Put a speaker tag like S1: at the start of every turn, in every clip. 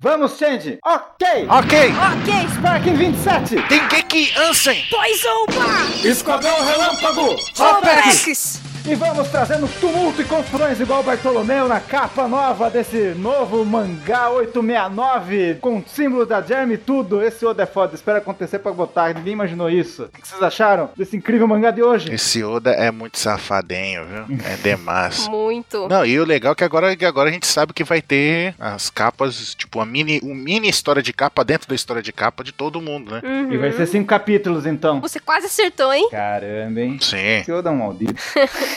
S1: Vamos, Change! Ok!
S2: Ok!
S3: Ok,
S1: Spark 27!
S2: Dengeki Ansem!
S3: Poison Bar!
S1: Esquadrão Relâmpago!
S2: Opex!
S1: E vamos trazendo tumulto e confusões igual o Bartolomeu na capa nova desse novo mangá 869 com o símbolo da Jeremy e tudo. Esse Oda é foda, espera acontecer pra botar. Ninguém imaginou isso. O que vocês acharam desse incrível mangá de hoje?
S2: Esse Oda é muito safadinho, viu? É demais.
S3: Muito.
S2: Não, e o legal é que agora, que agora a gente sabe que vai ter as capas, tipo, uma mini, um mini história de capa dentro da história de capa de todo mundo, né?
S3: Uhum.
S1: E vai ser cinco capítulos então.
S3: Você quase acertou, hein?
S1: Caramba, hein?
S2: Sim.
S1: Esse Oda é um maldito.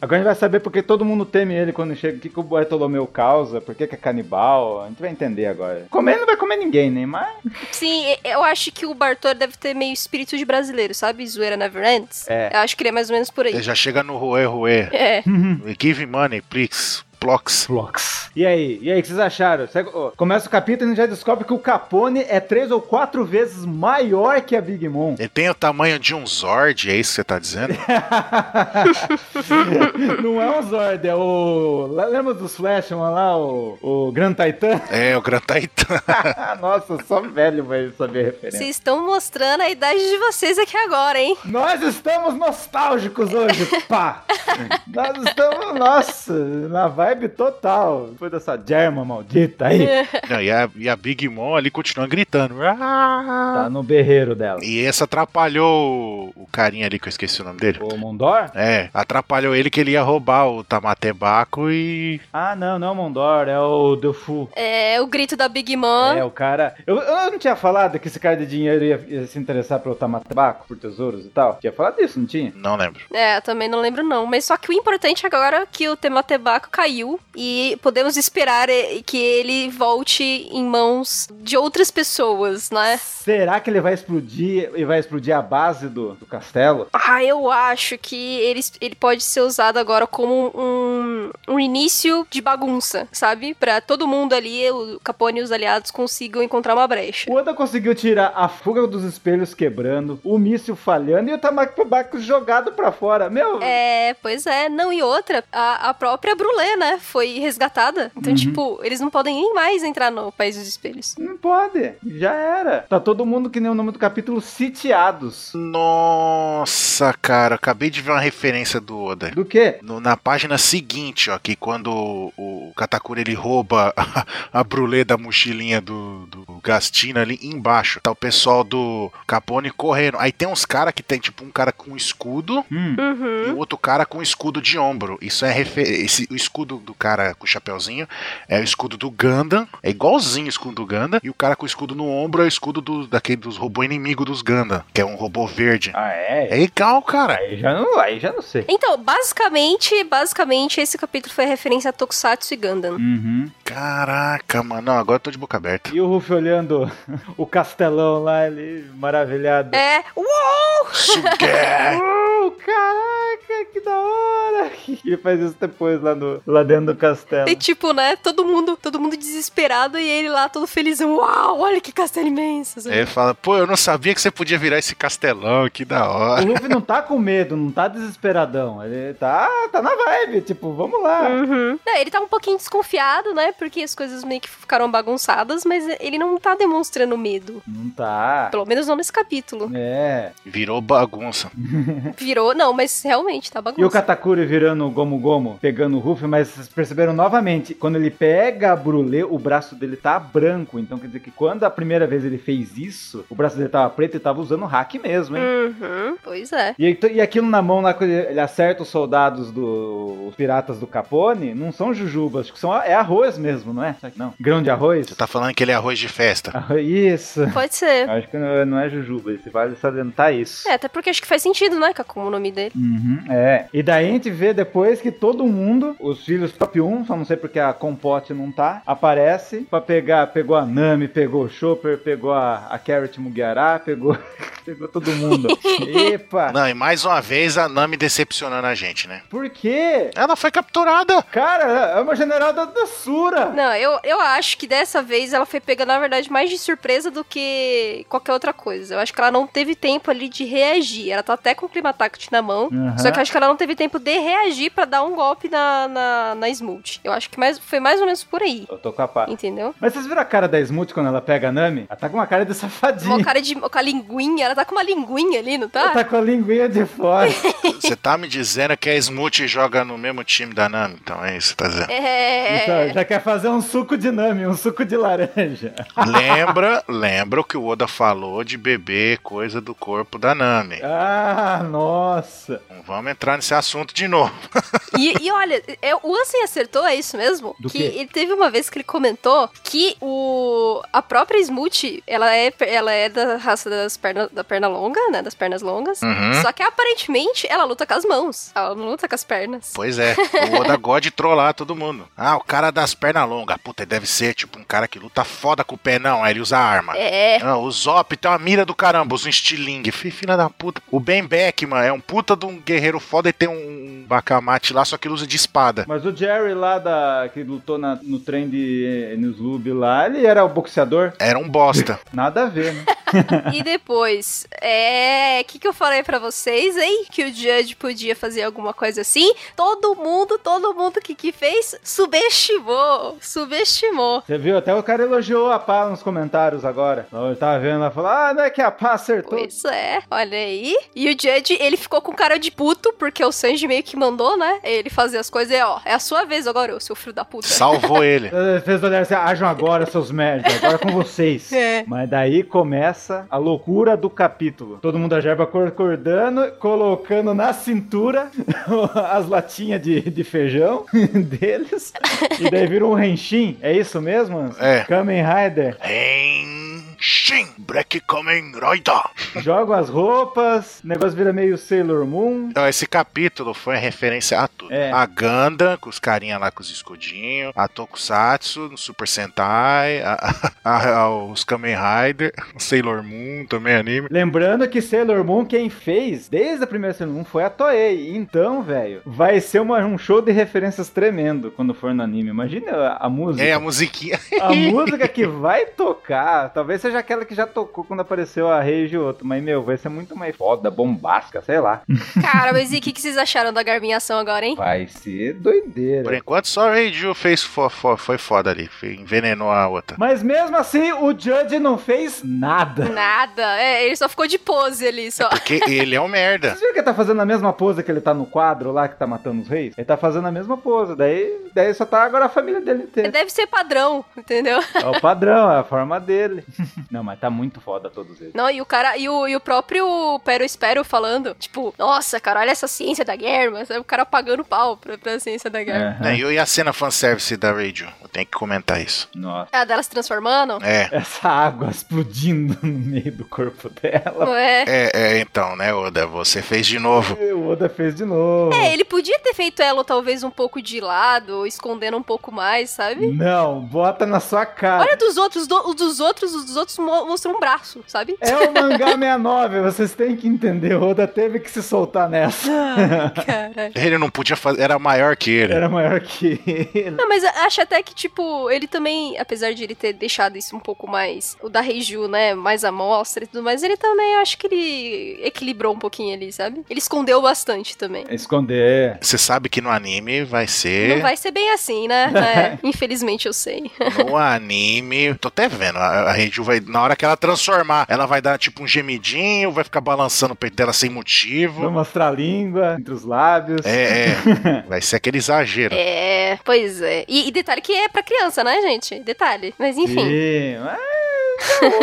S1: Agora a gente vai saber porque todo mundo teme ele quando chega. O que, que o Bartolomeu causa? Por que, que é canibal? A gente vai entender agora. Comer não vai comer ninguém, né? Mas.
S3: Sim, e- eu acho que o Bartor deve ter meio espírito de brasileiro, sabe? Zoeira Never Ends.
S1: É.
S3: Eu acho que ele é mais ou menos por
S2: Ele
S3: aí.
S2: já chega no Ruê Ruê.
S3: É.
S2: Give money, please. Plox.
S1: Flux. E aí? E aí, o que vocês acharam? Você- ó, Começa o capítulo e a gente já descobre que o Capone é três ou quatro vezes maior que a Big Mom.
S2: Ele tem o tamanho de um Zord, é isso que você tá dizendo?
S1: Não é um Zord, é o. Lembra dos Flashman lá, o, o Grand Titan?
S2: É, o Gran Titan.
S1: Ah, Nossa, só velho vai saber a referência.
S3: Vocês estão mostrando a idade de vocês aqui agora, hein?
S1: Nós estamos nostálgicos hoje, pá! Nós estamos, nossa, na vibe total. Foi dessa germa maldita aí.
S2: Não, e, a, e a Big Mom ali continua gritando. Ah!
S1: Tá no berreiro dela.
S2: E essa atrapalhou o o carinha ali que eu esqueci o nome dele.
S1: O Mondor?
S2: É, atrapalhou ele que ele ia roubar o Tamatebaco e.
S1: Ah, não, não é o Mondor, é o Dufu.
S3: É o grito da Big Mom.
S1: É, o cara. Eu, eu não tinha falado que esse cara de dinheiro ia, ia se interessar pra eu tomar tabaco, por tesouros e tal. Tinha falado isso, não tinha?
S2: Não lembro.
S3: É, eu também não lembro não. Mas só que o importante agora é que o tema tebaco caiu e podemos esperar eh, que ele volte em mãos de outras pessoas, né?
S1: Será que ele vai explodir e vai explodir a base do, do castelo?
S3: Ah, eu acho que ele, ele pode ser usado agora como um, um início de bagunça, sabe? Pra todo mundo ali, o Capone e os aliados consigam encontrar uma brecha.
S1: O Oda conseguiu tirar a fuga dos espelhos quebrando, o míssil falhando e o tabaco jogado pra fora. Meu,
S3: É, pois é. Não, e outra, a, a própria Brulé, né? Foi resgatada. Então, tipo, eles não podem nem mais entrar no País dos Espelhos.
S1: não pode. Já era. Tá todo mundo, que nem o nome do capítulo, sitiados.
S2: Nossa, cara, acabei de ver uma referência do Oda.
S1: Do quê?
S2: No- na página seguinte, ó, que quando o, o Katakura ele rouba a, a brulê da mochilinha do, do Gastina ali embaixo, tá o pessoal do Capone correndo. Aí tem uns caras que tem, tipo, um cara com escudo
S1: Hum.
S3: Uhum.
S2: e o outro cara com escudo de ombro. Isso é refer... Esse, o escudo do cara com o chapéuzinho é o escudo do Gundam, é igualzinho o escudo do Gundam, e o cara com o escudo no ombro é o escudo do, daquele dos robô inimigo dos Gundam, que é um robô verde.
S1: Ah,
S2: É
S1: é?
S2: legal, cara.
S1: Aí já não, aí já não sei.
S3: Então, basicamente, basicamente, esse capítulo foi a referência a Tokusatsu e Gundam.
S1: Uhum.
S2: Caraca, mano. Não, agora eu tô de boca aberta.
S1: E o Ruff olhando o castelão lá, ele maravilhado.
S3: É. Uou!
S2: Sugar!
S1: Uou, caraca, que da hora! Ele faz isso depois lá, no, lá dentro do castelo.
S3: E tipo, né, todo mundo, todo mundo desesperado e ele lá todo felizão. Uau, olha que castelo imenso. sabe?
S1: tá
S2: Aí Ele fala, pô, eu não sabia que você podia virar esse castelão, que da
S1: O
S2: hora.
S1: Luffy não tá com medo, não tá desesperadão. Ele tá, tá na vibe, tipo, vamos lá.
S3: Uhum. Não, ele tá um pouquinho desconfiado, né? Porque as coisas meio que ficaram bagunçadas, mas ele não tá demonstrando medo.
S1: Não tá.
S3: Pelo menos não nesse capítulo.
S1: É.
S2: Virou bagunça.
S3: Virou, não, mas realmente tá
S1: Né? E o
S3: bagunça.
S1: Katakuri virando o Gomu Gomu, pegando o Ruffy, mas vocês perceberam novamente, quando ele pega a Brulé, o braço dele tá branco. Então quer dizer que quando a primeira vez ele fez isso, o braço dele tava preto e tava usando hack mesmo, hein?
S3: Uhum. Pois é.
S1: E, aí, e aquilo na mão lá, quando ele ele acerta os soldados dos piratas do Capone, não são jujubas, acho que são, é arroz mesmo, não é? Será que Não. Grão de arroz?
S2: Você tá falando que ele é arroz de festa.
S1: Arro- Isso.
S3: Pode ser.
S1: Acho que não não é jujuba, esse vale salientar isso.
S3: É, até porque acho que faz sentido, né? Como o nome dele.
S1: Uhum, é. E daí a gente vê depois que todo mundo, os filhos top 1, só não sei porque a Compote não tá, aparece pra pegar, pegou a Nami, pegou o Chopper, pegou a, a Carrot Mugiará, pegou Pegou todo mundo. Epa!
S2: Não, e mais uma vez a Nami decepcionando a gente, né?
S1: Por quê?
S2: Ela foi capturada!
S1: Cara, é uma general da doçura.
S3: Não, eu, eu acho que dessa vez ela foi pega, na verdade, mais de surpresa do que qualquer outra coisa. Eu acho que ela não teve tempo ali de reagir. Ela tá até com o climatacte na mão.
S1: Aham.
S3: Só que eu acho que ela não teve tempo de reagir pra dar um golpe na, na, na Smooth. Eu acho que mais, foi mais ou menos por aí.
S1: Eu tô capaz.
S3: Entendeu?
S1: Mas vocês viram a cara da Smooth quando ela pega a Nami? Ela tá com uma cara de safadinha.
S3: Uma cara de. Com a linguinha. Ela tá com uma linguinha ali, não
S1: Ela
S3: tá?
S1: tá com a linguinha de fora.
S2: Você tá me dizendo que a Smooth joga no mesmo time da Nami, então é isso que você tá dizendo.
S1: Então,
S3: É.
S1: já quer fazer um suco de Nami, um suco de laranja.
S2: Lembra, lembra o que o Oda falou de beber coisa do corpo da Nami.
S1: Ah, nossa.
S2: Não vamos entrar nesse assunto de novo.
S3: E, e olha, é, o Ansem acertou, é isso mesmo?
S1: Do
S3: que
S1: quê?
S3: ele teve uma vez que ele comentou que o, a própria Smooth, ela é, ela é da raça das perna, da perna longa, né? Das pernas longas.
S2: Uhum.
S3: Só que aparentemente ela luta com as mãos. Ela não luta com as pernas.
S2: Pois é, o Oda gosta de trollar todo mundo. Ah, o cara das pernas longas. Puta, ele deve ser tipo um cara que luta foda com o pé, não. Aí ele usa arma.
S3: É.
S2: Não, o Zop tem uma mira do caramba, usa um estilingue. Fi- Filha da puta. O Ben Beckman é um puta de um guerreiro foda e tem um bacamate lá, só que ele usa de espada.
S1: Mas o Jerry lá da, que lutou na- no trem de eh, News Lube lá, ele era o boxeador?
S2: Era um bosta.
S1: Nada a ver, né?
S3: E depois, é. O que, que eu falei pra vocês, hein? Que o Judge podia fazer alguma coisa assim. Todo mundo, todo mundo que, que fez, subestimou. Subestimou.
S1: Você viu? Até o cara elogiou a pá nos comentários agora. Eu tava vendo ela falou: Ah, não é que a pá acertou.
S3: Pois é, olha aí. E o Judge, ele ficou com cara de puto, porque o Sanji meio que mandou, né? Ele fazer as coisas e, ó, é a sua vez agora, ô seu filho da puta.
S2: Salvou ele.
S1: Eh, Fez olhar assim, ajam agora, seus merda, agora é com vocês.
S3: É.
S1: Mas daí começa a loucura do capítulo. Todo mundo a gerba concordando, colocando na cintura as latinhas de, de feijão deles. E daí vira um renchim. É isso mesmo? Anson?
S2: É.
S1: Kamen Rider.
S2: Henshin, Black Kamen Rider.
S1: Joga as roupas, o negócio vira meio Sailor Moon.
S2: Então, esse capítulo foi a referência a tudo.
S1: É.
S2: A Ganda, com os carinha lá com os escudinhos. A Tokusatsu, no Super Sentai. a- a- a- os Kamen Rider. Sailor Moon, também anime.
S1: Lembrando que Sailor Moon, quem fez desde a primeira Sailor Moon foi a Toei. Então, velho, vai ser uma- um show de referências tremendo quando for no anime. Imagina a, a música.
S2: É, a musiquinha.
S1: A música que vai tocar, talvez seja aquela que já tocou quando apareceu a Rage e outro, mas meu, vai ser muito mais foda, bombástica, sei lá.
S3: Cara, mas e o que, que vocês acharam da garminhação agora, hein?
S1: Vai ser
S2: Por
S1: doideira.
S2: enquanto, só a Reiju fez fo- fo- foi foda ali. foi- Envenenou a outra.
S1: Mas mesmo assim, o Judge não fez nada.
S3: Nada, é, ele só ficou de pose ali, só.
S2: Porque ele é um merda.
S1: Vocês viram que ele tá fazendo a mesma pose que ele tá no quadro lá, que tá matando os reis? Ele tá fazendo a mesma pose, daí, daí só tá agora a família dele inteira.
S3: Deve ser padrão, entendeu?
S1: É o padrão, é a forma dele. Não, mas tá muito foda todos eles.
S3: Não, e o cara, e o, e o próprio Pero Espero falando, tipo, nossa, cara, olha essa ciência da guerra, sabe? O cara pagando pau pra, pra ciência da guerra.
S1: Aham.
S2: Né, E eu e a cena fanservice da Reiju. Eu tenho que comentar isso.
S1: Nossa.
S3: É. A delas se transformando?
S2: É.
S1: Essa água explodindo no meio do corpo dela.
S3: Não é?
S2: É, é, então, né, Oda? Você fez de novo.
S1: O Oda fez de novo.
S3: É, ele podia ter feito ela talvez um pouco de lado, ou escondendo um pouco mais, sabe?
S1: Não, bota na sua cara.
S3: Olha dos outros, do- os dos outros, os dos outros mo- mostram um braço, sabe?
S1: É o mangá 69, vocês têm que entender. O Oda teve que se soltar nessa.
S3: É. Caralho.
S2: Ele não podia fazer. Era maior que ele.
S1: Era maior que ele.
S3: Não, mas eu acho até que, tipo, ele também, apesar de ele ter deixado isso um pouco mais, o da Reiju, né, mais à mostra e tudo mais, ele também, eu acho que ele equilibrou um pouquinho ali, sabe? Ele escondeu bastante também.
S1: Esconder.
S2: Você sabe que no anime vai
S3: Não
S2: ser.
S3: vai ser bem assim, né? É, infelizmente eu sei.
S2: No anime. Tô até vendo. A, a Reiju vai. Na hora que ela transformar, ela vai dar tipo um gemidinho, vai ficar balançando o peito dela sem
S1: Vou
S2: motivo.
S1: mostrar a língua entre os lábios.
S2: É, é. Vai ser aquele exagero.
S3: É, pois é. E, e detalhe que é pra criança, né, gente? Detalhe. Mas enfim.
S1: Sim, mas é o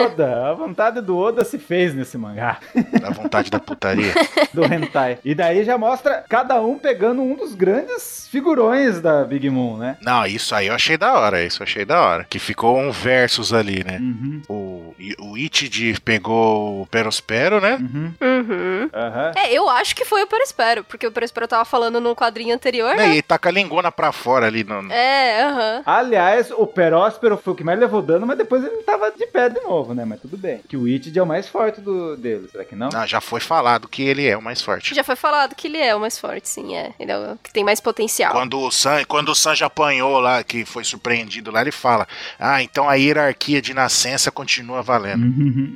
S1: Oda. A vontade do Oda se fez nesse mangá.
S2: A vontade da putaria.
S1: Do hentai. E daí já mostra cada um pegando um dos grandes figurões da Big Moon, né?
S2: Não, isso aí eu achei da hora. Isso eu achei da hora. Que ficou um versus ali, né?
S1: Uhum.
S2: O, o Ichiji pegou o Perospero, né?
S1: Uhum.
S3: Uhum.
S1: Aham.
S3: É, eu acho que foi o Perespero, porque o Perespero tava falando no quadrinho anterior,
S2: Né,
S3: né?
S2: E ele taca a lingona pra fora ali. No... no-
S3: É, aham.
S1: Aliás, o Peróspero foi o que mais levou dano, mas depois ele tava de pé de novo, né? Mas tudo bem. Que o Itid é o mais forte do deles, será que não?
S2: Ah, já foi falado que ele é o mais forte.
S3: Já foi falado que ele é o mais forte, sim, é. Ele é o que tem mais potencial.
S2: Quando o, San, quando o Sanji apanhou lá, que foi surpreendido lá, ele fala: Ah, então a hierarquia de nascença continua valendo.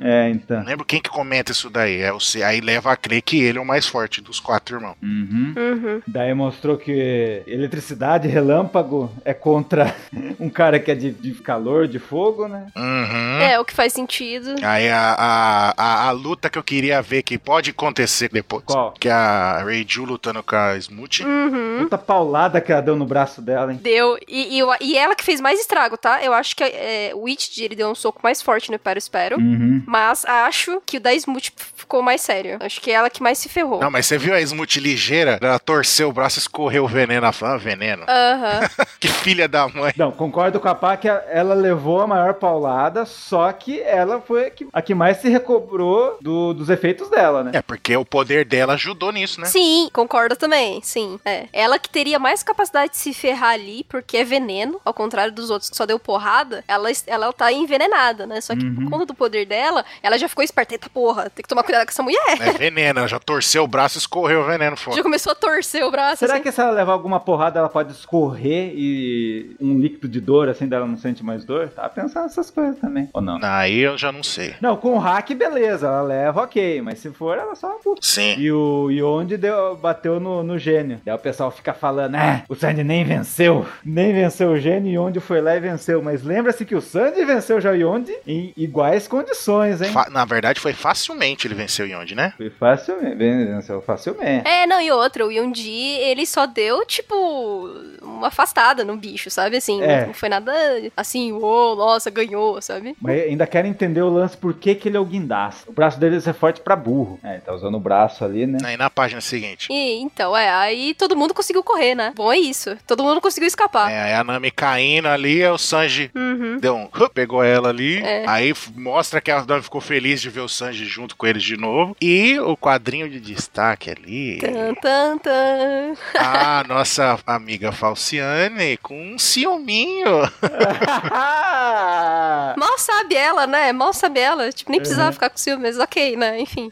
S1: é, então.
S2: Não lembro quem que comenta isso daí. É o C, aí leva a crer que ele é o mais forte dos quatro irmãos.
S1: Uhum.
S3: Uhum.
S1: Daí mostrou que eletricidade, relâmpago é contra um cara que é de, de calor, de fogo, né?
S2: Uhum.
S3: É, o que faz sentido.
S2: Aí a, a, a, a luta que eu queria ver que pode acontecer depois.
S1: Qual?
S2: Que é a Reiju lutando com a Smoothie.
S3: Uhum.
S1: Puta paulada que ela deu no braço dela, hein?
S3: Deu. E, e eu- e ela que fez mais estrago, tá? Eu acho que é, o Itid, ele deu um soco mais forte no Perespero.
S1: Uhum.
S3: Mas acho que o da Smooth ficou mais sério. Acho que é ela que mais se ferrou.
S2: Não, mas você viu a Smoothie ligeira? Ela torceu o braço e escorreu o veneno. Ela falou, ah, veneno.
S3: Aham.
S2: Que filha da mãe.
S1: Não, concordo com a Pá que a- ela levou a maior paulada, só que ela foi a que, a que mais se recobrou do- dos efeitos dela, né?
S2: É, porque o poder dela ajudou nisso, né?
S3: Sim, concordo também, sim. É. Ela que teria mais capacidade de se ferrar ali, porque é veneno, ao contrário dos outros que só deu porrada, ela, ela tá envenenada, né? Só que por conta do poder dela, ela já ficou esperta. Eita porra, tem que tomar cuidado com essa mulher.
S2: É veneno, ela já torceu o braço e escorreu o veneno
S3: Já
S2: fora.
S3: começou a torcer o braço.
S1: Será
S3: assim.
S1: que se ela levar alguma porrada, ela pode escorrer e um líquido de dor, assim, dela não sente mais dor? Tá pensando nessas coisas também. Ou não?
S2: Aí eu já não sei.
S1: Não, com o hack, beleza, ela leva, ok, mas se for, ela só.
S2: Sim.
S1: E o Yonde deu, bateu no, no gênio. Daí o pessoal fica falando, ah, o Sandy nem venceu. Nem venceu o gênio, Yonde foi lá e venceu. Mas lembra-se que o Sandy venceu já o Yonde em iguais condições, hein?
S2: Fa- Na verdade, foi facilmente ele venceu o Yonde, né?
S1: Foi facilmente, venceu facilmente.
S3: É, não, e outra, o Yundi, ele só deu, tipo, uma afastada no bicho, sabe? Assim,
S1: É.
S3: não foi nada assim, uou, nossa, ganhou, sabe?
S1: Mas ainda quero entender o lance por que, que ele é o guindaste. O braço dele é forte pra burro. É, ele tá usando o braço ali, né?
S2: Aí na página seguinte.
S3: E então, é, aí todo mundo conseguiu correr, né? Bom, é isso. Todo mundo conseguiu escapar.
S2: É, aí a Nami caindo ali, aí o Sanji
S3: Uhum.
S2: deu um. hup, Pegou ela ali. Aí f- mostra que a Nami ficou feliz de ver o Sanji junto com eles de novo. E o quadrinho de destaque ali.
S3: Tan, tan, tan.
S2: a nossa amiga Falciane com um ciúminho.
S1: Ah,
S3: Mal sabe ela, né? Mal sabe ela. Tipo, nem precisava
S1: Uhum.
S3: ficar com ciúme, mas ok, né? Enfim.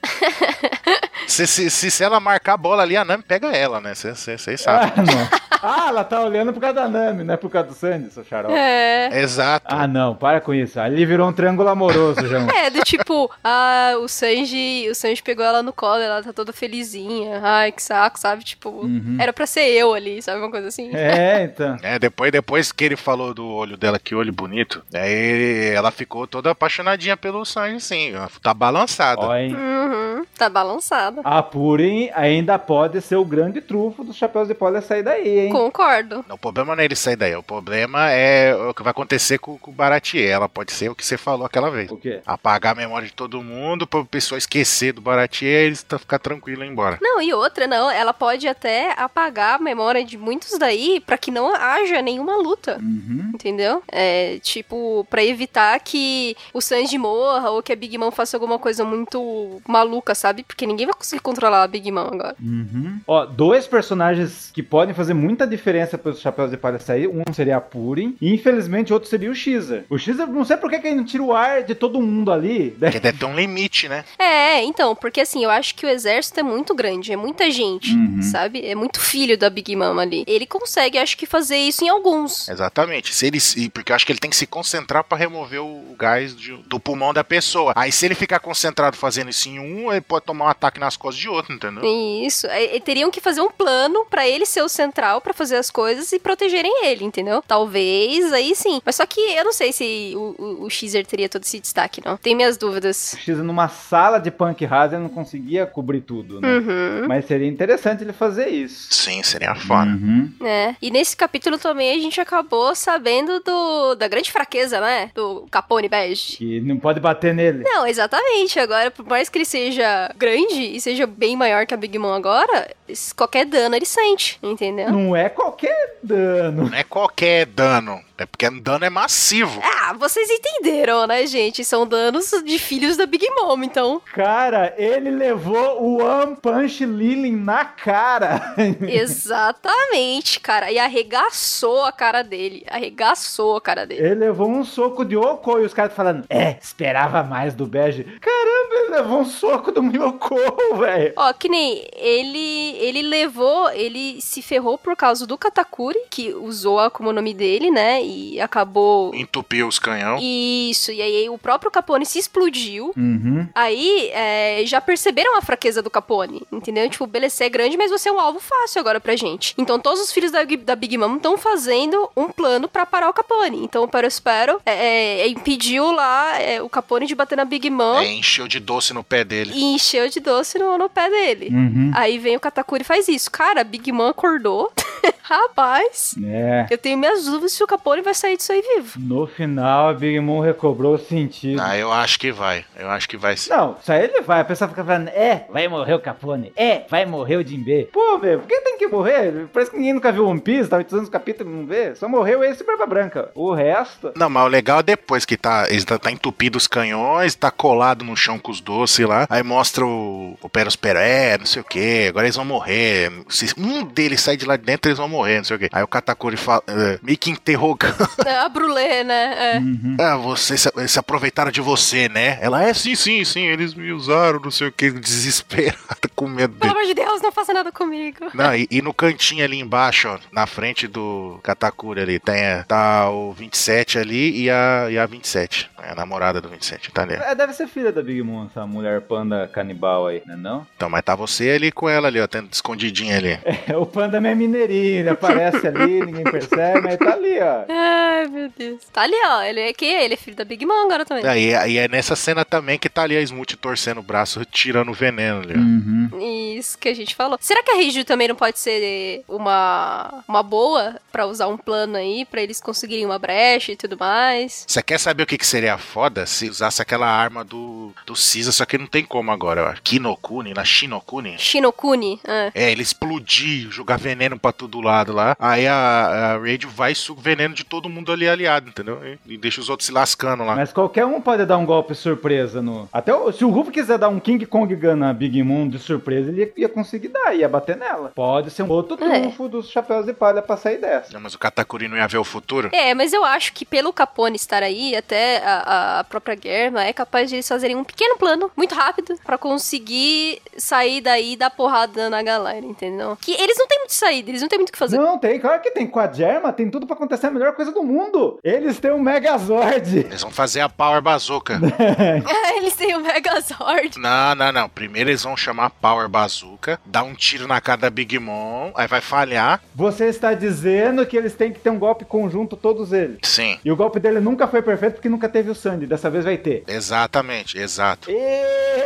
S2: Se, se, se, se ela marcar a bola ali, a Nami pega ela, né? Vocês sabem.
S1: Ah, não. Ah, ela tá olhando por causa da Nami, não é por causa do Sandy, seu xarope.
S3: É.
S2: Exato.
S1: Ah, não, para com isso. Ali virou um triângulo amoroso, João.
S3: É, do tipo, ah, o Sanji, o Sanji pegou ela no colo, ela tá toda felizinha. Ai, que saco, sabe? Tipo,
S1: Uhum.
S3: era pra ser eu ali, sabe? Uma coisa assim.
S1: É, então.
S2: É, depois, depois que ele falou do olho dela, que olho bonito, aí ela ficou toda apaixonadinha pelo Sanji, sim. Ela Tá balançada.
S1: Ó, hein?
S3: Uhum, tá balançada.
S1: A Purim ainda pode ser o grande trunfo dos chapéus de palha sair daí, hein?
S3: Concordo.
S2: O problema não é ele sair daí, o problema é o que vai acontecer com, com o Baratier. Ela pode ser o que você falou aquela vez.
S1: O quê?
S2: Apagar a memória de todo mundo, pra pessoa esquecer do Baratier, eles tá- ficar tranquilo e ir embora.
S3: Não, e outra, não, ela pode até apagar a memória de muitos daí pra que não haja nenhuma luta.
S1: Uhum.
S3: Entendeu? É, tipo, pra evitar que o Sanji morra ou que a Big Mom faça alguma coisa muito maluca, sabe? Porque ninguém vai conseguir controlar a Big Mom agora.
S1: Uhum. Ó, dois personagens que podem fazer muita diferença para os chapéus de palha sair. Um seria a Purim e, infelizmente, outro seria o Xer. O Xer, não sei por que que ele não tira o ar de todo mundo ali. né?
S2: Porque deve ter um limite, né?
S3: É, então, porque assim, eu acho que o exército é muito grande, é muita gente,
S1: Uhum.
S3: sabe? É muito filho da Big Mom ali. Ele consegue, acho que, fazer isso em alguns.
S2: Exatamente. Se ele, se- porque eu acho que ele tem que se concentrar pra remover o gás de- do pulmão da pessoa. Aí se ele ficar concentrado fazendo isso em um, ele pode tomar um ataque nas costas de outro, entendeu?
S3: Isso, é, é, teriam que fazer um plano pra ele ser o central pra fazer as coisas e protegerem ele, entendeu? Talvez, aí sim. Mas só que eu não sei se o, o, o Xer teria todo esse destaque, não. Tem minhas dúvidas.
S1: O Xer, numa sala de punk hazard, não conseguia cobrir tudo, né?
S3: Uhum.
S1: Mas seria interessante ele fazer isso.
S2: Sim, seria foda.
S1: Uhum.
S3: É. E nesse capítulo também a gente acabou sabendo do da grande fraqueza, né? Do Capone Bege.
S1: Que não pode bater nele.
S3: Não, exatamente. Agora, por mais que ele seja grande e seja bem maior que a Big Mom agora, qualquer dano ele sente, entendeu?
S1: Não é qualquer dano.
S2: Não é qualquer dano. É porque o dano é massivo.
S3: Ah, vocês entenderam, né, gente? São danos de filhos da Big Mom, então.
S1: Cara, ele levou o One Punch Lilin na cara.
S3: Exatamente, cara. E arregaçou a cara dele. Arregaçou a cara dele.
S1: Ele levou um soco de Yoko e os caras falando, é, esperava mais do Bege. Caramba, ele levou um soco do Yoko, velho.
S3: Ó, que nem ele, ele levou, ele se ferrou por causa do Katakuri, que usou a como nome dele, né? E acabou.
S2: Então? Entupiu os canhão.
S3: Isso, e aí o próprio Capone se explodiu.
S1: Uhum.
S3: Aí é, já perceberam a fraqueza do Capone, entendeu? Tipo, beleza, você é grande, mas você é um alvo fácil agora pra gente. Então todos os filhos da, da Big Mom estão fazendo um plano pra parar o Capone. Então o Pero Espero é, é, impediu lá é, o Capone de bater na Big Mom.
S2: É, encheu de doce no pé dele.
S3: E encheu de doce no, no pé dele.
S1: Uhum.
S3: Aí vem o Katakuri e faz isso. Cara, a Big Mom acordou. Rapaz,
S1: É.
S3: eu tenho minhas dúvidas se o Capone vai sair disso aí vivo.
S1: No final, a Big Mom recobrou o sentido.
S2: Ah, eu acho que vai. Eu acho que vai sim.
S1: Não, isso aí ele vai. A pessoa fica falando, é, vai morrer o Capone. É, vai morrer o Jinbe. Pô, velho, por que tem que morrer? Parece que ninguém nunca viu One Piece, tá 800 capítulos, não vê. Só morreu esse e Barba Branca. O resto...
S2: Não, mas o legal é depois que tá, ele tá, tá entupido os canhões, tá colado no chão com os doces lá. Aí mostra o, o Peros Peré, não sei o que. Agora eles vão morrer. Se um deles sair de lá de dentro, eles vão morrer, não sei o que. Aí o Katakuri fala, eh, meio que interrogando.
S3: É, a Brulé, né? É.
S2: Ah, você, se- eles se aproveitaram de você, né? Ela é, sim, sim, sim, eles me usaram, não sei o que, desesperada, com medo
S3: Pelo
S2: dele.
S3: amor de Deus, não faça nada comigo.
S2: Não, e, e no cantinho ali embaixo, ó, na frente do Katakuri ali, tem, a- tá o 27 ali e a, e a 27. É a namorada do 27, tá ali.
S1: É, deve ser filha da Big Mom, essa mulher panda canibal aí, né não?
S2: Então, mas tá você ali com ela ali, ó, tendo escondidinha ali.
S1: É, o panda é minha mineirinha, ele aparece ali, ninguém percebe, mas tá ali, ó.
S3: Ai, meu Deus. Tá ali, ó. Ele é que ele é filho da Big Mom agora também.
S2: Ah, e, é- e é nessa cena também que tá ali a Smooth torcendo o braço, tirando o veneno ali, ó.
S1: Uhum.
S3: Isso que a gente falou. Será que a Reiju também não pode ser uma, uma boa pra usar um plano aí, pra eles conseguirem uma brecha e tudo mais?
S2: Você quer saber o que, que seria foda se usasse aquela arma do, do Caesar, só que não tem como agora, ó. Kinokuni, na Shinokuni.
S3: Shinokuni? É.
S2: É, ele explodir, jogar veneno pra todo lado lá. Aí a, a Raid vai e suga o veneno de todo mundo ali aliado, entendeu? E, e deixa os outros se lascando lá.
S1: Mas qualquer um pode dar um golpe surpresa no. Até o- se o Ruff quiser dar um King Kong Gun na Big Moon de surpresa, ele ia, ia conseguir dar, ia bater nela. Pode ser um outro
S3: É.
S1: trunfo dos chapéus de palha pra sair dessa.
S2: Não, mas o Katakuri não ia ver o futuro?
S3: É, mas eu acho que pelo Capone estar aí, até a, a própria Germa, é capaz de eles fazerem um pequeno plano, muito rápido, pra conseguir sair daí e dar porrada na galera, entendeu? Que eles não têm muito saída, eles não têm muito o que fazer.
S1: Não, tem, claro que tem. Com a Germa, tem tudo pra acontecer a melhor coisa do mundo. Eles têm um Megazord.
S2: Eles vão fazer a Power Bazooka.
S3: eles têm o Megazord.
S2: não, não, não. Primeiro eles vão chamar a Power Bazooka, dar um tiro na cara da Big Mom, aí vai falhar.
S1: Você está dizendo que eles têm que ter um golpe conjunto, todos eles.
S2: Sim,
S1: E o golpe dele nunca foi perfeito porque nunca teve o Sandy. Dessa vez vai ter.
S2: exatamente, exato.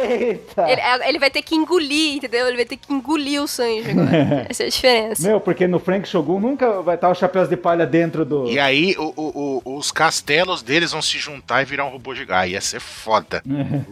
S1: Eita!
S3: Ele, é, ele vai ter que engolir, entendeu? Ele vai ter que engolir o Sanji agora. Essa é a diferença.
S1: Meu, porque no Frank Shogun nunca vai estar os chapéus de palha dentro do.
S2: E aí o- o- o- os castelos deles vão se juntar e virar um robô gigante. Ah, ia ser foda.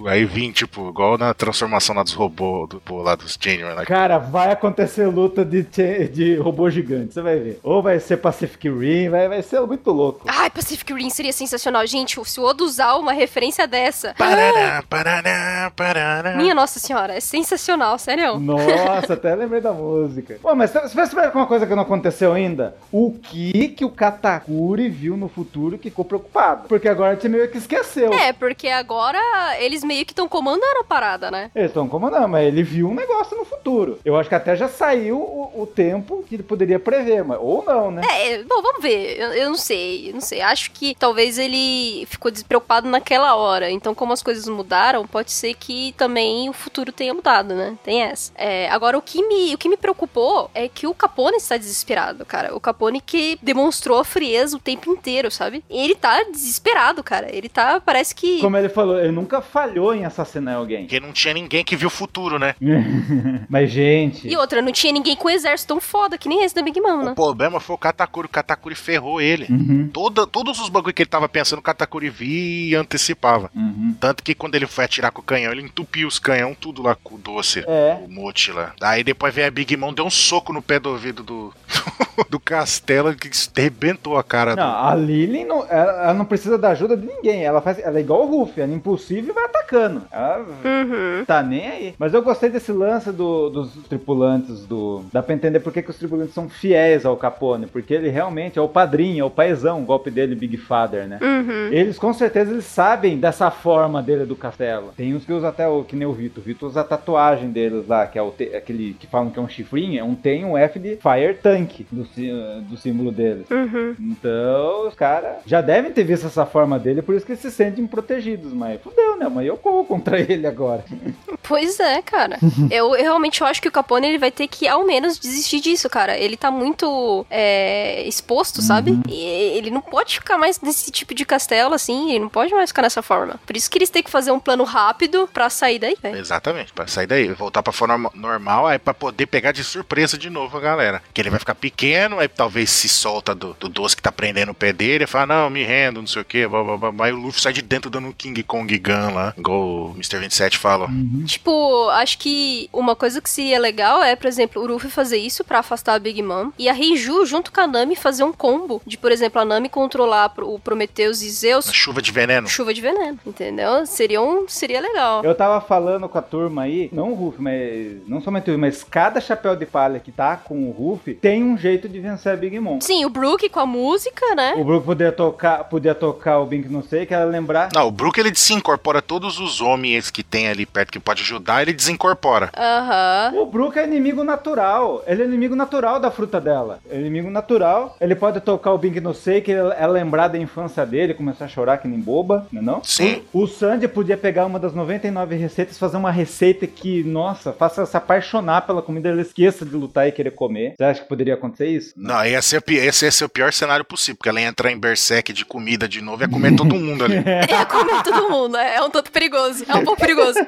S2: aí vim, tipo, igual na transformação lá dos robôs, do, pô, lá dos né? Genuine. lá.
S1: Cara, vai acontecer luta de, che- de robô gigante, você vai ver. Ou vai ser Pacific Rim, vai, vai ser muito louco.
S3: Ai, Pacific Rim seria sensacional. Gente, se o Odo usar uma referência dessa.
S2: Paraná, paraná, paraná.
S3: Minha nossa senhora, é sensacional, sério.
S1: Nossa, até lembrei da música. Pô, mas você vai esperar uma coisa que não aconteceu ainda? O que que o Katakuri viu no futuro e ficou preocupado? Porque agora a gente meio que esqueceu.
S3: É, porque agora eles meio que estão comandando a parada, né?
S1: Eles estão comandando, mas ele viu um negócio no futuro. Eu acho que até já saiu o, o tempo que ele poderia prever, mas ou não, né?
S3: É, bom, vamos ver. Eu, eu não sei, eu não sei. Acho que talvez ele ficou despreocupado naquela hora. Então, como as coisas mudaram, pode ser que também o futuro tenha mudado, né? Tem essa. É, agora, o que, me, o que me preocupou é que o Capone está desesperado, cara. O Capone que demonstrou a frieza o tempo inteiro, sabe? Ele tá desesperado, cara. Ele tá, parece que...
S1: Como ele falou, ele nunca falhou em assassinar alguém.
S2: Porque não tinha ninguém que viu o futuro, né?
S1: Mas, gente.
S3: E outra, não tinha ninguém com um exército tão foda que nem esse da Big Mom, né?
S2: O problema foi o Katakuri. O Katakuri ferrou ele.
S1: Uhum.
S2: Toda, todos os bagulho que ele tava pensando, o Katakuri via e antecipava.
S1: Uhum.
S2: Tanto que quando ele foi atirar com o canhão, ele entupiu os canhão tudo lá com o doce,
S1: É.
S2: o mote lá. Aí depois veio a Big Mom, deu um soco no pé do ouvido do, do Castelo, que arrebentou a cara do.
S1: Não, a Lily não, ela, ela não precisa da ajuda de ninguém. Ela, faz, ela é igual o Ruffy, ela é impulsiva e vai atacando. Ela
S3: Uhum.
S1: tá nem aí. Mas eu gostei desse lance do- dos tripulantes do. Dá pra entender por que, que os tripulantes são fiéis ao Capone. Porque ele realmente é o padrinho, é o paizão, o golpe dele, Big Father, né?
S3: Uhum.
S1: Eles com certeza eles sabem dessa forma dele do castelo. Tem uns que usam até o que nem o Vito. O Vito usa a tatuagem deles lá, que é o T- aquele que falam que é um chifrinho, é um tem um F de Fire Tank do, sí- eh, do símbolo deles.
S3: Uhum.
S1: Então, os caras já devem ter visto essa forma dele, por isso que eles se sentem protegidos, mas fudeu, né? Mas eu corro contra ele agora.
S3: Pois é, cara. eu, eu realmente acho que o Capone ele vai ter que ao menos desistir disso, cara. Ele tá muito é, exposto, sabe? E ele não pode ficar mais nesse tipo de castelo assim, ele não pode mais ficar nessa forma. Por isso que eles têm que fazer um plano rápido pra sair daí, velho.
S2: Exatamente, pra sair daí, voltar pra forma normal, aí pra poder pegar de surpresa de novo a galera. Que ele vai ficar pequeno, aí talvez se solta do, do doce que tá prendendo o pé dele, e fala, não, me rendo, não sei o que, blá, blá, blá, blá. Aí o Luffy sai de dentro dando um King Kong Gun lá, igual o Mr. 27 fala.
S1: É.
S3: Tipo, acho que uma coisa que seria legal é, por exemplo, o Ruffy fazer isso pra afastar a Big Mom e a Reiju junto com a Nami fazer um combo de, por exemplo, a Nami controlar pro- o Prometheus e Zeus
S2: Na chuva de veneno.
S3: chuva de veneno, entendeu? Seria um seria legal.
S1: Eu tava falando com a turma aí, não o Ruff, mas não somente o Ruff, mas cada chapéu de palha que tá com o Ruff tem um jeito de vencer a Big Mom.
S3: Sim, o Brook com a música, né?
S1: O Brook podia tocar, podia tocar o Bink não sei, que ela lembrar.
S2: Não, o Brook ele desincorpora todos os homens que tem ali perto que pode ajudar, ele desincorpora.
S3: Aham.
S1: O Brook é inimigo natural. Ele é inimigo natural da fruta dela. É inimigo natural. Ele pode tocar o Bink no sei que ela ela lembrar da infância dele, começar a chorar que nem boba, não é não?
S2: Sim.
S1: O Sandy podia pegar uma das 99 receitas, fazer uma receita que, nossa, faça ela se apaixonar pela comida, ela esqueça de lutar e querer comer. Você acha que poderia acontecer isso?
S2: Não, ia ser, o pi- esse ia ser o pior cenário possível, porque ela ia entrar em berserk de comida de novo e ia comer todo mundo ali.
S3: É como todo mundo, é é um tanto perigoso. É um pouco perigoso.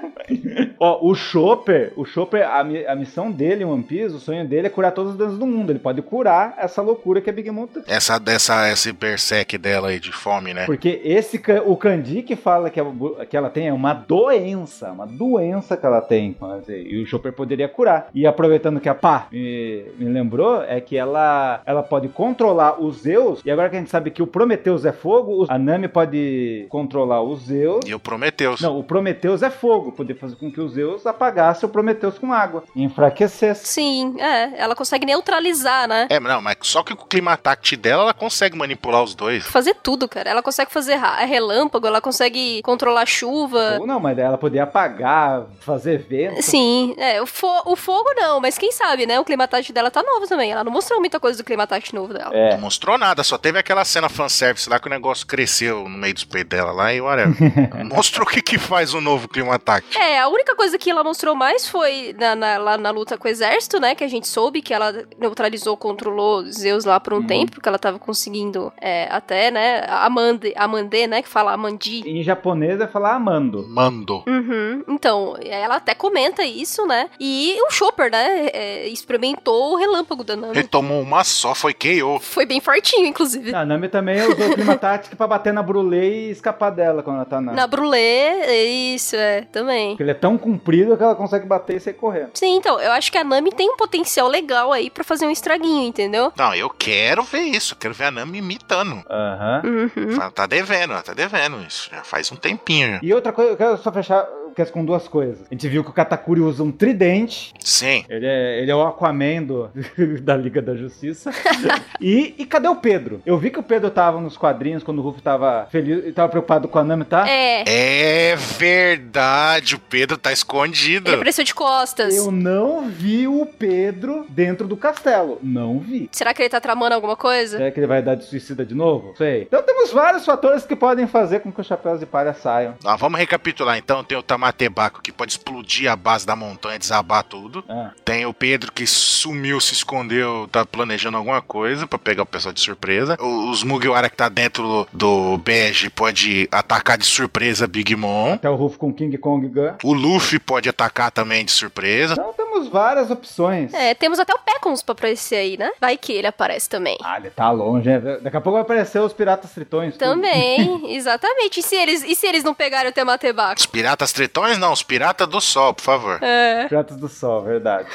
S1: Ó, o Chopper, o Chopper, a, mi- a missão dele em One Piece, o sonho dele é curar todos os danos do mundo. Ele pode curar essa loucura que a Big Mom tá-
S2: Essa, dessa, esse berserk dela aí de fome, né?
S1: Porque esse ca- o Kandi que fala que, a bu- que ela tem é uma doença, uma doença que ela tem. mas, é, E o Chopper poderia curar. E aproveitando que a pá me, me lembrou, é que ela, ela pode controlar os Zeus. E agora que a gente sabe que o Prometheus é fogo, o- a Nami pode controlar os Zeus.
S2: E o Prometheus.
S1: Não, o Prometheus é fogo, poder fazer com que os Zeus apagasse o Prometheus com água, e enfraquecesse.
S3: Sim, é. Ela consegue neutralizar, né?
S2: É, não, mas só que com o clima-ataque dela, ela consegue manipular os dois.
S3: Fazer tudo, cara. Ela consegue fazer ra- é relâmpago, ela consegue controlar a chuva.
S1: Ou não, mas ela poderia apagar, fazer vento.
S3: Sim, é. O, fo- o fogo não, mas quem sabe, né? O climatagem dela tá novo também. Ela não mostrou muita coisa do climatagem novo dela.
S1: É.
S2: Não mostrou nada, só teve aquela cena fanservice lá que o negócio cresceu no meio dos peitos dela lá e olha. mostrou o que, que faz o novo clima-ataque.
S3: É, a única coisa que ela mostrou mais foi na, na- lá na luta com o exército, né? Que a gente soube que ela neutralizou, controlou Zeus lá por um
S1: Uhum.
S3: tempo, porque ela tava conseguindo é, até, né? a Amande, Amandê, né? Que fala Amandi.
S1: Em japonês é falar amando.
S2: Mando.
S3: Uhum. Então, ela até comenta isso, né? E o Chopper, né? é, experimentou o relâmpago da Nami.
S2: Ele tomou uma só, foi KO.
S3: Foi bem fortinho, inclusive.
S1: Não, Ah, A Nami também usou o clima tático pra bater na Brulé e escapar dela quando ela tá na.
S3: Na Brulé, isso, é, também.
S1: Porque ele é tão comprido que ela consegue bater e sair correndo.
S3: Sim, então, eu acho que a Nami tem um potencial legal aí pra fazer um estraguinho, entendeu?
S2: Não, eu quero ver isso. Eu quero ver a Nami imitando.
S1: Aham.
S3: Uhum.
S2: Tá- Tá devendo, ela tá devendo isso. Já faz um tempinho. já.
S1: E outra coisa, eu quero só fechar eu quero com duas coisas. A gente viu que o Katakuri usa um tridente.
S2: Sim.
S1: Ele é, ele é o Aquaman do- da Liga da Justiça. e, e cadê o Pedro? Eu vi que o Pedro tava nos quadrinhos quando o Ruff tava feliz e tava preocupado com a Nami, tá?
S3: É,
S2: É verdade, o Pedro tá escondido.
S3: ele apareceu É de costas.
S1: Eu não vi o Pedro dentro do castelo. Não vi.
S3: Será que ele tá tramando alguma coisa?
S1: Será que ele vai dar de suicida de novo? Não Sei. Então temos vários fatores que podem fazer com que os chapéus de palha saiam.
S2: Ah, vamos recapitular então. Tem o Tama Matebaco que pode explodir a base da montanha, desabar tudo.
S1: Ah.
S2: Tem o Pedro que sumiu, se escondeu, tá planejando alguma coisa pra pegar o pessoal de surpresa. O- Os Mugiwara que tá dentro do Bege pode atacar de surpresa Big Mom.
S1: Até o Rufo com King Kong Gun.
S2: O Luffy pode atacar também de surpresa.
S1: Então temos várias opções.
S3: É, temos até o Pecons pra aparecer aí, né? Vai que ele aparece também.
S1: Ah, ele tá longe, né? Daqui a pouco vai aparecer os piratas tritões. tudo.
S3: Também, exatamente. E se eles, e se eles não pegarem o Tematebaco?
S2: Os piratas tritões? Não, os piratas do sol, por favor.
S3: É.
S1: Piratas do Sol, verdade.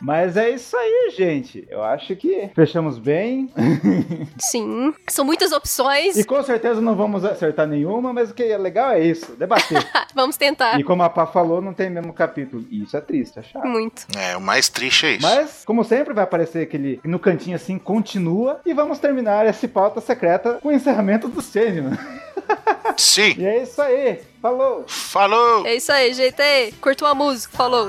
S1: Mas é isso aí, gente. Eu acho que fechamos bem.
S3: Sim. São muitas opções.
S1: E com certeza não vamos acertar nenhuma, mas o que é legal é isso, debater.
S3: Ah, Vamos tentar.
S1: e como a Pá falou, não tem mesmo capítulo. E isso é triste, é chato.
S3: Muito.
S2: É, o mais triste é isso.
S1: Mas, como sempre, vai aparecer aquele no cantinho assim, continua. E vamos terminar esse pauta secreta com o encerramento do Sandman.
S2: Sim.
S1: E é isso aí. Falou!
S2: Falou!
S3: É isso aí, gente. Ei, Curtam a música. Falou.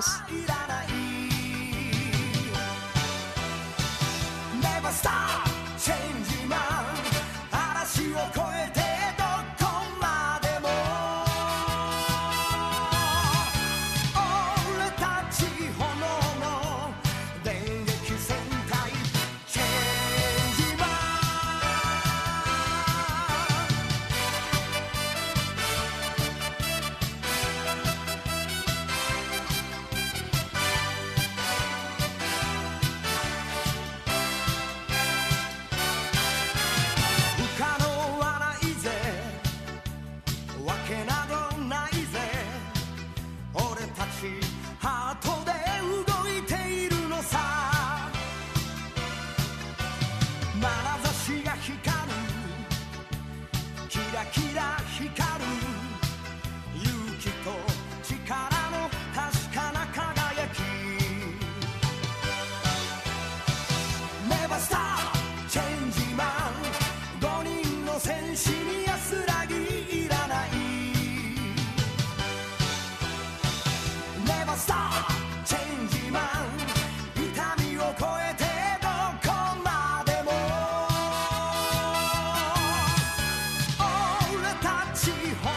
S4: Never stop changing man 嵐を越えてどこまでも俺たち炎の電撃戦隊チェンジマン「不可能はないぜ」「わけなどないぜ」「俺たちハートで動いているのさ」「まなざしが光る」「キラキラ光る」「勇気と力の確かな輝き」Never stop チェンジマン5人の戦士に安らぎいらない Never stop チェンジマン痛みを越えてどこまでも俺たち炎